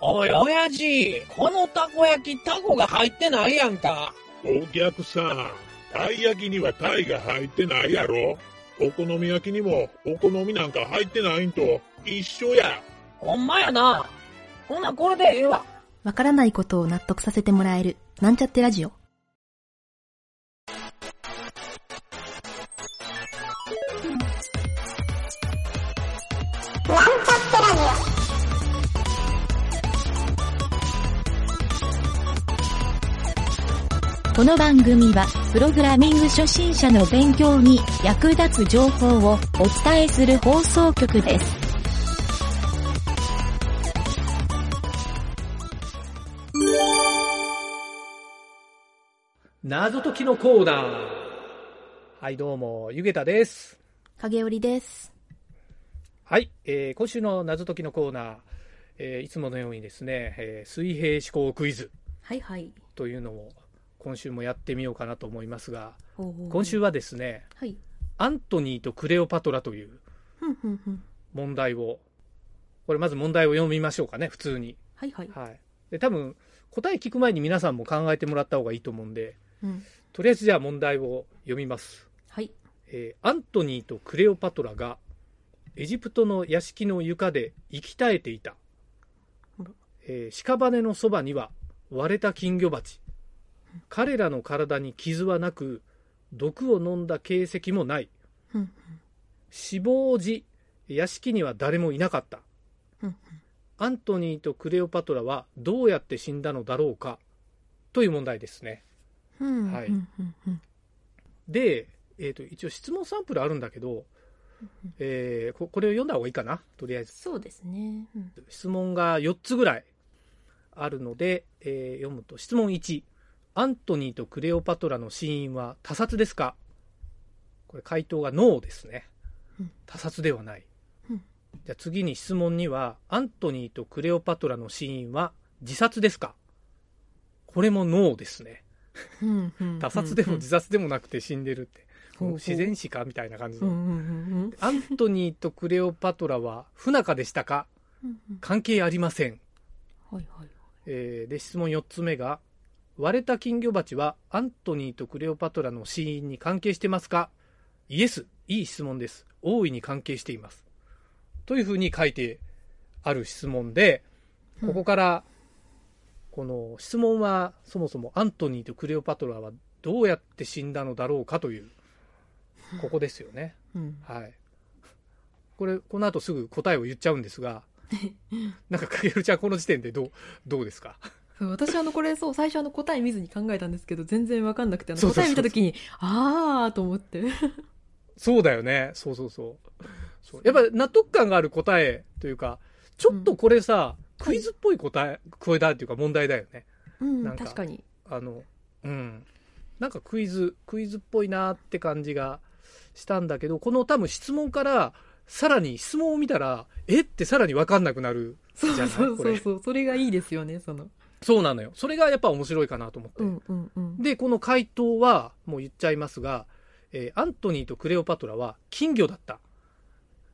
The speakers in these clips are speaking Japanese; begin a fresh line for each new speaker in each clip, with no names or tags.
おい、親父、このたこ焼き、タコが入ってないやんか。
お客さん、たい焼きにはたいが入ってないやろお好み焼きにもお好みなんか入ってないんと一緒や。
ほんまやな。ほな、これでええわ。
わからないことを納得させてもらえる、なんちゃってラジオ。
この番組は、プログラミング初心者の勉強に役立つ情報をお伝えする放送局です。
謎解きのコーナー。はい、どうも、ゆげたです。
影織です。
はい、えー今週の謎解きのコーナー、えーいつものようにですね、えー水平思考クイズ
はいはい。
というのを今週もやってみようかなと思いますが、
おー
今週はですね、
はい。
アントニーとクレオパトラという
ふんふんふん。
問題を、これまず問題を読みましょうかね、普通に。
はいはい。
はい。で、多分、答え聞く前に皆さんも考えてもらった方がいいと思うんで、
うん。
とりあえずじゃあ問題を読みます。
はい。
えーアントニーとクレオパトラがエジプトの屋敷の床で息絶えていた
あら、
えー屍のそばには割れた金魚鉢彼らの体に傷はなく毒を飲んだ形跡もない
ふん
死亡時屋敷には誰もいなかった
ふん。ふん
アントニーとクレオパトラはどうやって死んだのだろうかという問題ですね
ふん。
はい
ふんふんふん。
で、えー、と一応質問サンプルあるんだけど
うん、
えーここれを読んだ方がいいかなとりあえず
そうですね。うん
質問が4つぐらいあるので、えー読むと質問1アントニーとクレオパトラの死因は他殺ですかこれ回答がノーですね
うん
他殺ではない、
うん
じゃあ次に質問2はアントニーとクレオパトラの死因は自殺ですかこれもノーですね
ふんふんふん。
他殺でも自殺でもなくて死んでるっ
う
て、
ん
もう自然死かみたいな感じ
う
の、
んうんうん
アントニーとクレオパトラは不仲でしたか
うんうん。
関係ありません、
はいはい。
えーで質問4つ目が割れた金魚鉢はアントニーとクレオパトラの死因に関係してますかイエスいい質問です大いに関係していますというふうに書いてある質問でここからこの質問はそもそもアントニーとクレオパトラはどうやって死んだのだろうかというここですよね
うん。
はい。これ、この後すぐ答えを言っちゃうんですが、なんか、かげるちゃん、この時点でどう、どうですか
そう私あのこれそう最初あの答え見ずに考えたんですけど全然わかんなくてあの
そうそ
答
う
え
そう
見た時にあーと思って
そうだよね。そうそうそう。そうやっぱ、納得感がある答えというか、ちょっとこれさ、クイズっぽい答え、声だっていうか問題だよね。
うん
なんか
確かに
あの、うん。なんかクイズ、クイズっぽいなーって感じがしたんだけど、この多分質問から、さらに質問を見たら、えってさらにわかんなくなる。
そう
じゃない
そう
こ
そう
れ
そうそれがいいですよねその
そうなのよ。それがやっぱ面白いかなと思って。
うんうんうん
で、この回答は、もう言っちゃいますが、えーアントニーとクレオパトラは金魚だった。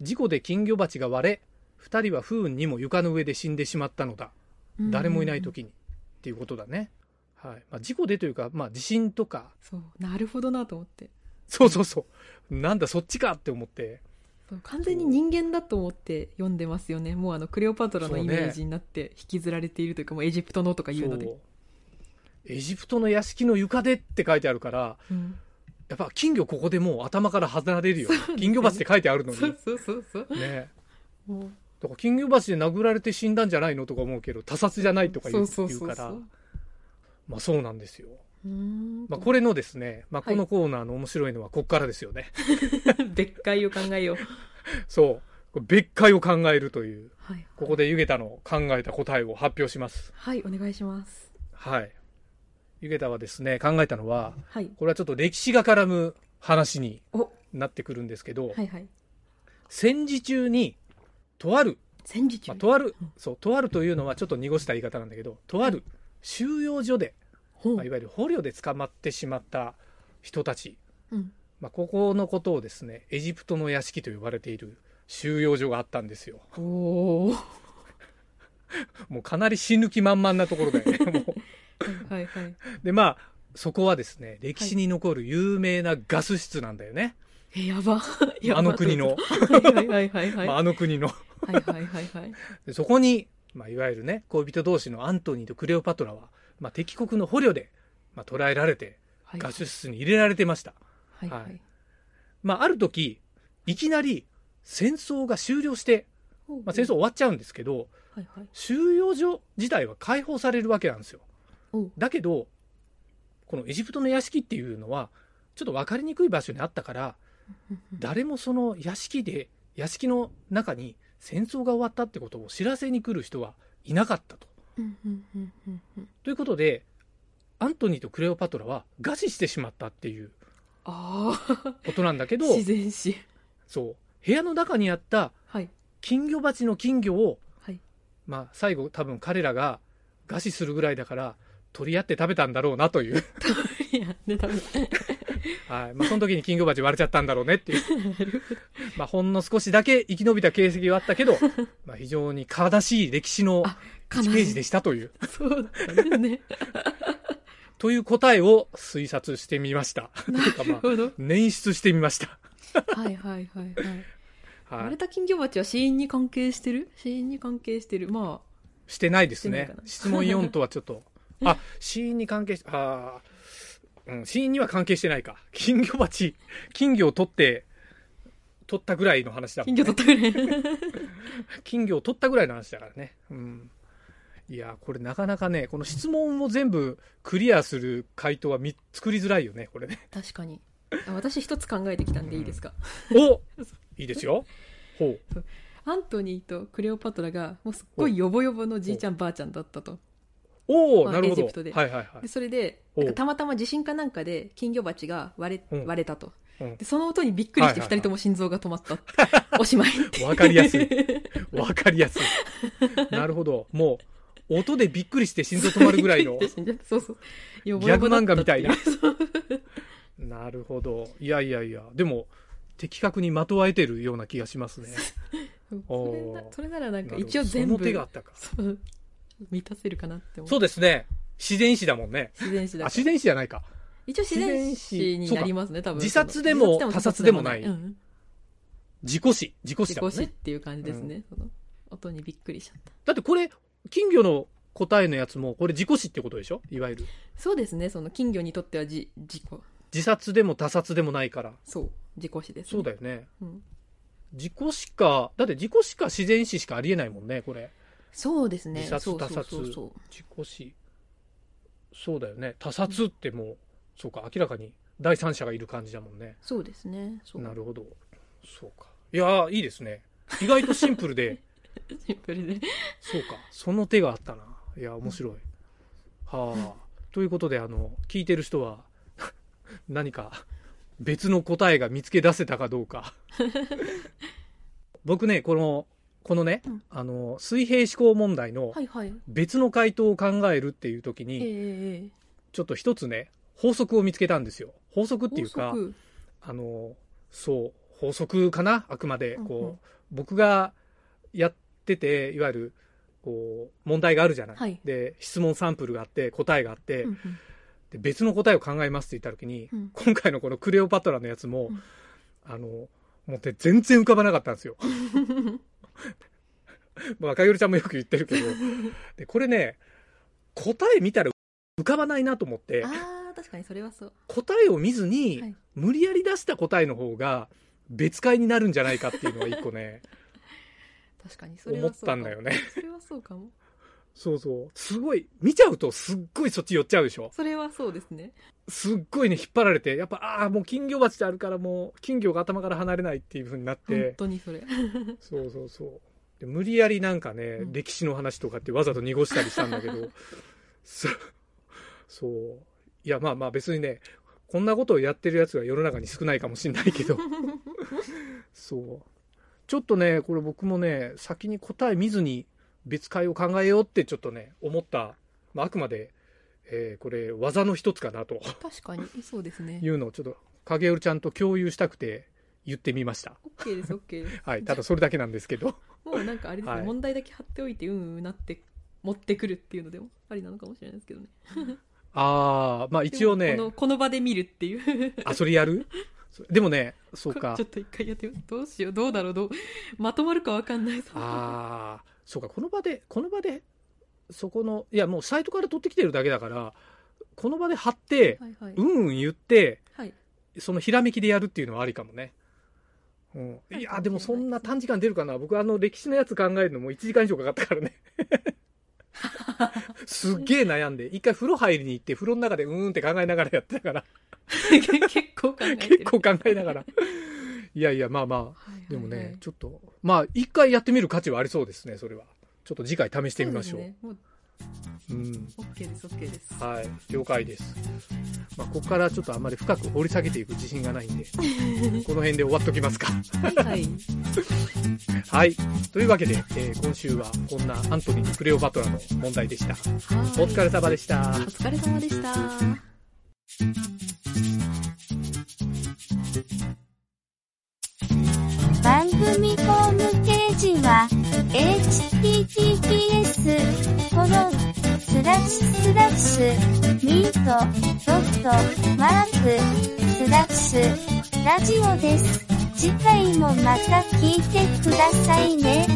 事故で金魚鉢が割れ、二人は不運にも床の上で死んでしまったのだ。誰もいない時に。っていうことだね。はい。まあ、事故でというか、まあ、地震とか、
そうなるほどなと思って
そうそうそう。なんだ、そっちかって思って。
そう完全に人間だと思って読んでますよねもうあのクレオパトラの
そう
イ
ね
メージになって引きずられているというかもうエジプトのとかいうので
そうエジプトの屋敷の床でって書いてあるから、
うん
やっぱ金魚ここでもう頭から離れるよね。金魚鉢って書いてあるのに。
そうそうそうそう
ね。
もう
だから金魚鉢で殴られて死んだんじゃないのとか思うけど他殺じゃないとか言う
そうそうそう
言うか
そ
ら
う
まあそうなんですよ、
うーん
まあ、これのですね、まあ、
は
こ
い
のコーナーの面白いのはこっからですよね、
別解を考えよう
そうこれ別解を考えるという
はい
ここで湯桁の考えた答えを発表します
はいお願いします
はい湯桁はですね考えたのは
はい
これはちょっと歴史が絡む話に
お
なってくるんですけど、
はいはい
戦時中にとある
戦時中、
まあ、とある、そう、とあるというのはちょっと濁した言い方なんだけど、とある収容所で、
ほう
まあ、いわゆる捕虜で捕まってしまった人たち、
うん
まあ、ここのことをですね、エジプトの屋敷と呼ばれている収容所があったんですよ。
おお
もうかなり死ぬ気満々なところだよね。 も
はいはい。
うで、まあ、そこはですね、歴史に残る有名なガス室なんだよね。
え、やば。やば
あの国
は
の。
いはいはいはい。
まあ、
は
あの国の。
いはいはいはい。
でそこに、まあ、いわゆるね、恋人同士のアントニーとクレオパトラは、まあ、敵国の捕虜で、まあ、捕らえられて、
はい
ガス室に入れられてました。
はいは
はい
い。
まあ、ある時、いきなり戦争が終了して、
ほうほう
まあ、戦争。終わっちゃうんですけど、
はいはい。
収容所自体は解放されるわけなんですよ。
おう
だけど、このエジプトの屋敷っていうのは、ちょっと分かりにくい場所にあったから、誰もその屋敷で、屋敷の中に戦争が終わったってことを知らせに来る人はいなかったと。
うんうんうんうんうん
ということで、アントニーとクレオパトラは餓死してしまったっていう
ああ、
ことなんだけど、
自然史。
そう、部屋の中にあった
はい
金魚鉢の金魚を、
はい。
まあ、最後多分彼らが餓死するぐらいだから、取り合って食べたんだろうなという。
いや、ね、多分。
はい。まあ、その時に金魚鉢割れちゃったんだろうね っていう。 まあ、ほんの少しだけ生き延びた形跡はあった けど、まあ、非常に悲しい歴史の
あ
1ページでしたという、
そうだったですね。
という答えを推察してみ ました。という かま
な
あ
る、ほど。
捻出してみました。
はいはいはいはい。
は
割
い
れ。た金魚鉢は死因に関係してる死因に関係してる。ま あ、
してないです
して
ね
ないか。な
質問4とはちょ っと。あ、死因に関係し、ああ、うん、死因には関係してないか。金魚鉢、金魚を取って、取ったぐらいの話だもん
金
ね
魚取ったぐ らい。
金魚を取ったぐらいの話だからね。うん。いやー、これなかなかね、この質問を全部クリアする回答はみ作りづらいよね、これ ね。
確かに。あ私一つ考えてきたんでいいですか。
おいいですよ。ほう。
アントニーとクレオパトラがもうすっごいヨボヨボのじいちゃんばあちゃんだったと。
おお、
まあ
なるほど。
エジプト
はい
で
はいはい。
でそれで、
おう
なんかたまたま地震かなんかで金魚鉢が割れ
うん
割れたと
うん。
でその音にびっくりして
はいはいはい
二人とも心臓が止ま った。おしまいって。。
わかりやすい わかりやすい。なるほど。もう、音でびっくりして心臓止まるぐ らいの。
そうそう。ギ
ギャグ漫画みたいな
そう
なるほど。いやいやいや。でも、的確にまとわえてるような気がしますね。
それな
おー
それならなんか
なるほど
一応全部
その手があったか。
そう満たせるかなって思
そううですね。自然史だもんね。
自然史
あ、
だから
自然史じゃないか。
一応自然史になりますね多分
自殺でも
自
他殺でもない
うん
自己死。自己死
自
だもん
己死っ
ね。
ていう感じですね、その音にびっくりしちゃった
だってこれ、金魚の答えのやつも、これ自己死ってことでしょいわゆる。
そうですねその金魚にとってはじ自己
自殺でも他殺でもないから。
そう自己死です、ね、
そうだよね。
うん
自己死か、だって自己死か自然死しかありえないもんね、これ。
そうですね
自殺
そうそう
他殺
そうそう
自己死。そうだよね。他殺ってもう、そうか、明らかに第三者がいる感じだもんね。
そうですねそう
なるほど。そうか。いやー、いいですね。意外とシンプ ルで、
シンプルで
そうか、その手があったな。いや、面白い。はあ。ということで、あの、聞いてる人は、 何か別の答えが見つけ出せたかどうか。 僕ね、この、このね、
うん
あの、水平思考問題の
はいはい
別の回答を考えるっていう時
え
に、
えええ
ちょっと一つね、法則を見つけたんですよ。法則っていうか、
法則
あの、そう、法則かなあくまで、こう、
うんうん
僕がやってて、いわゆる、こう、問題があるじゃない。
はい
で、質問サンプルがあって、答えがあって、
うん
で別の答えを考えますって言った時に、
うん
今回のこのクレオパトラのやつも、
うん
あの、もうで全然浮かばなかったんですよ。 まあ、赤よりちゃんもよく言ってるけど、で、これね、答え見たら浮かばないなと思って
うん、ああ確かにそれはそう
答えを見ずに、
はい
無理やり出した答えの方が別解になるんじゃないかっていうのは一個ね
確かに それ
思
は
っ
そうか
た
も
んだよね
それはそうかも
そうそうすごい見ちゃうとすっごいそっち寄っちゃうでしょ
それはそうですね
すっごいね引っ張られてやっぱああーもう金魚鉢であるからもう金魚が頭から離れないっていう風になっ
本
て
当にそれ
そうそうそうで無理やりなんかね、
ん
歴史の話とかってわざと濁したりしたんだけど そそういやまあまあ別にねこんなことをやってるやつが世の中に少ないかもしれないけどそう。ちょっとね、これ僕もね、先に答え見ずに別解を考えようってちょっとね、思った、まあ、あくまで、えーこれ、技の一つかなと
確かにそうですね
いうのをちょっと、影るちゃんと共有したくて言ってみました。
オッケーですオッケーです
はい。ただそれだけなんですけど。
もうなんかあれですね、
はい
問題だけ貼っておいてうんうんなって持ってくるっていうのでもありなのかもしれないですけどね
ああ、まあ一応
で
ね
も、このこの場で見るっていう
あ、それやる そでもね、そう
これ
か
ちょ。っと一回やってみますどうしようどうだろうどうまとまるかわかんない
ああ、そうか、この場で、この場で、そこの、いや、もうサイトから取ってきてるだけだから、この場で貼って、
はいはい、
うんうん言って、
はい
そのひらめきでやるっていうのはありかもね。うん、
はい
い
かもしれな
や、
い
でもそんな短時間出るかな。僕、あの、歴史のやつ考えるのも1時間以上かかったから ね。すっげえ悩んで、一回風呂入りに行って、風呂の中でうーんって考えながらやってたから、
結構考えてる
結構考えながら。いやいや、まあまあ、
はいはいはい
でもね、ちょっと、まあ、一回やってみる価値はありそうですね、それは。ちょっと次回試してみましょう。
そですね、もう
うん。
OK です OK です
はい、了解です。まあ、ここからちょっとあんまり深く掘り下げていく自信がない んで、この辺で終わっときますか。
はいはい
はい。というわけで、えー今週はこんなアントニーとクレオパトラの問題でした。お疲れ様でした
お。疲れ様でした
番組ホームページは https コロンスラッシュスラッシュミートドットマークスラッシュラジオです。次回もまた聞いてくださいね。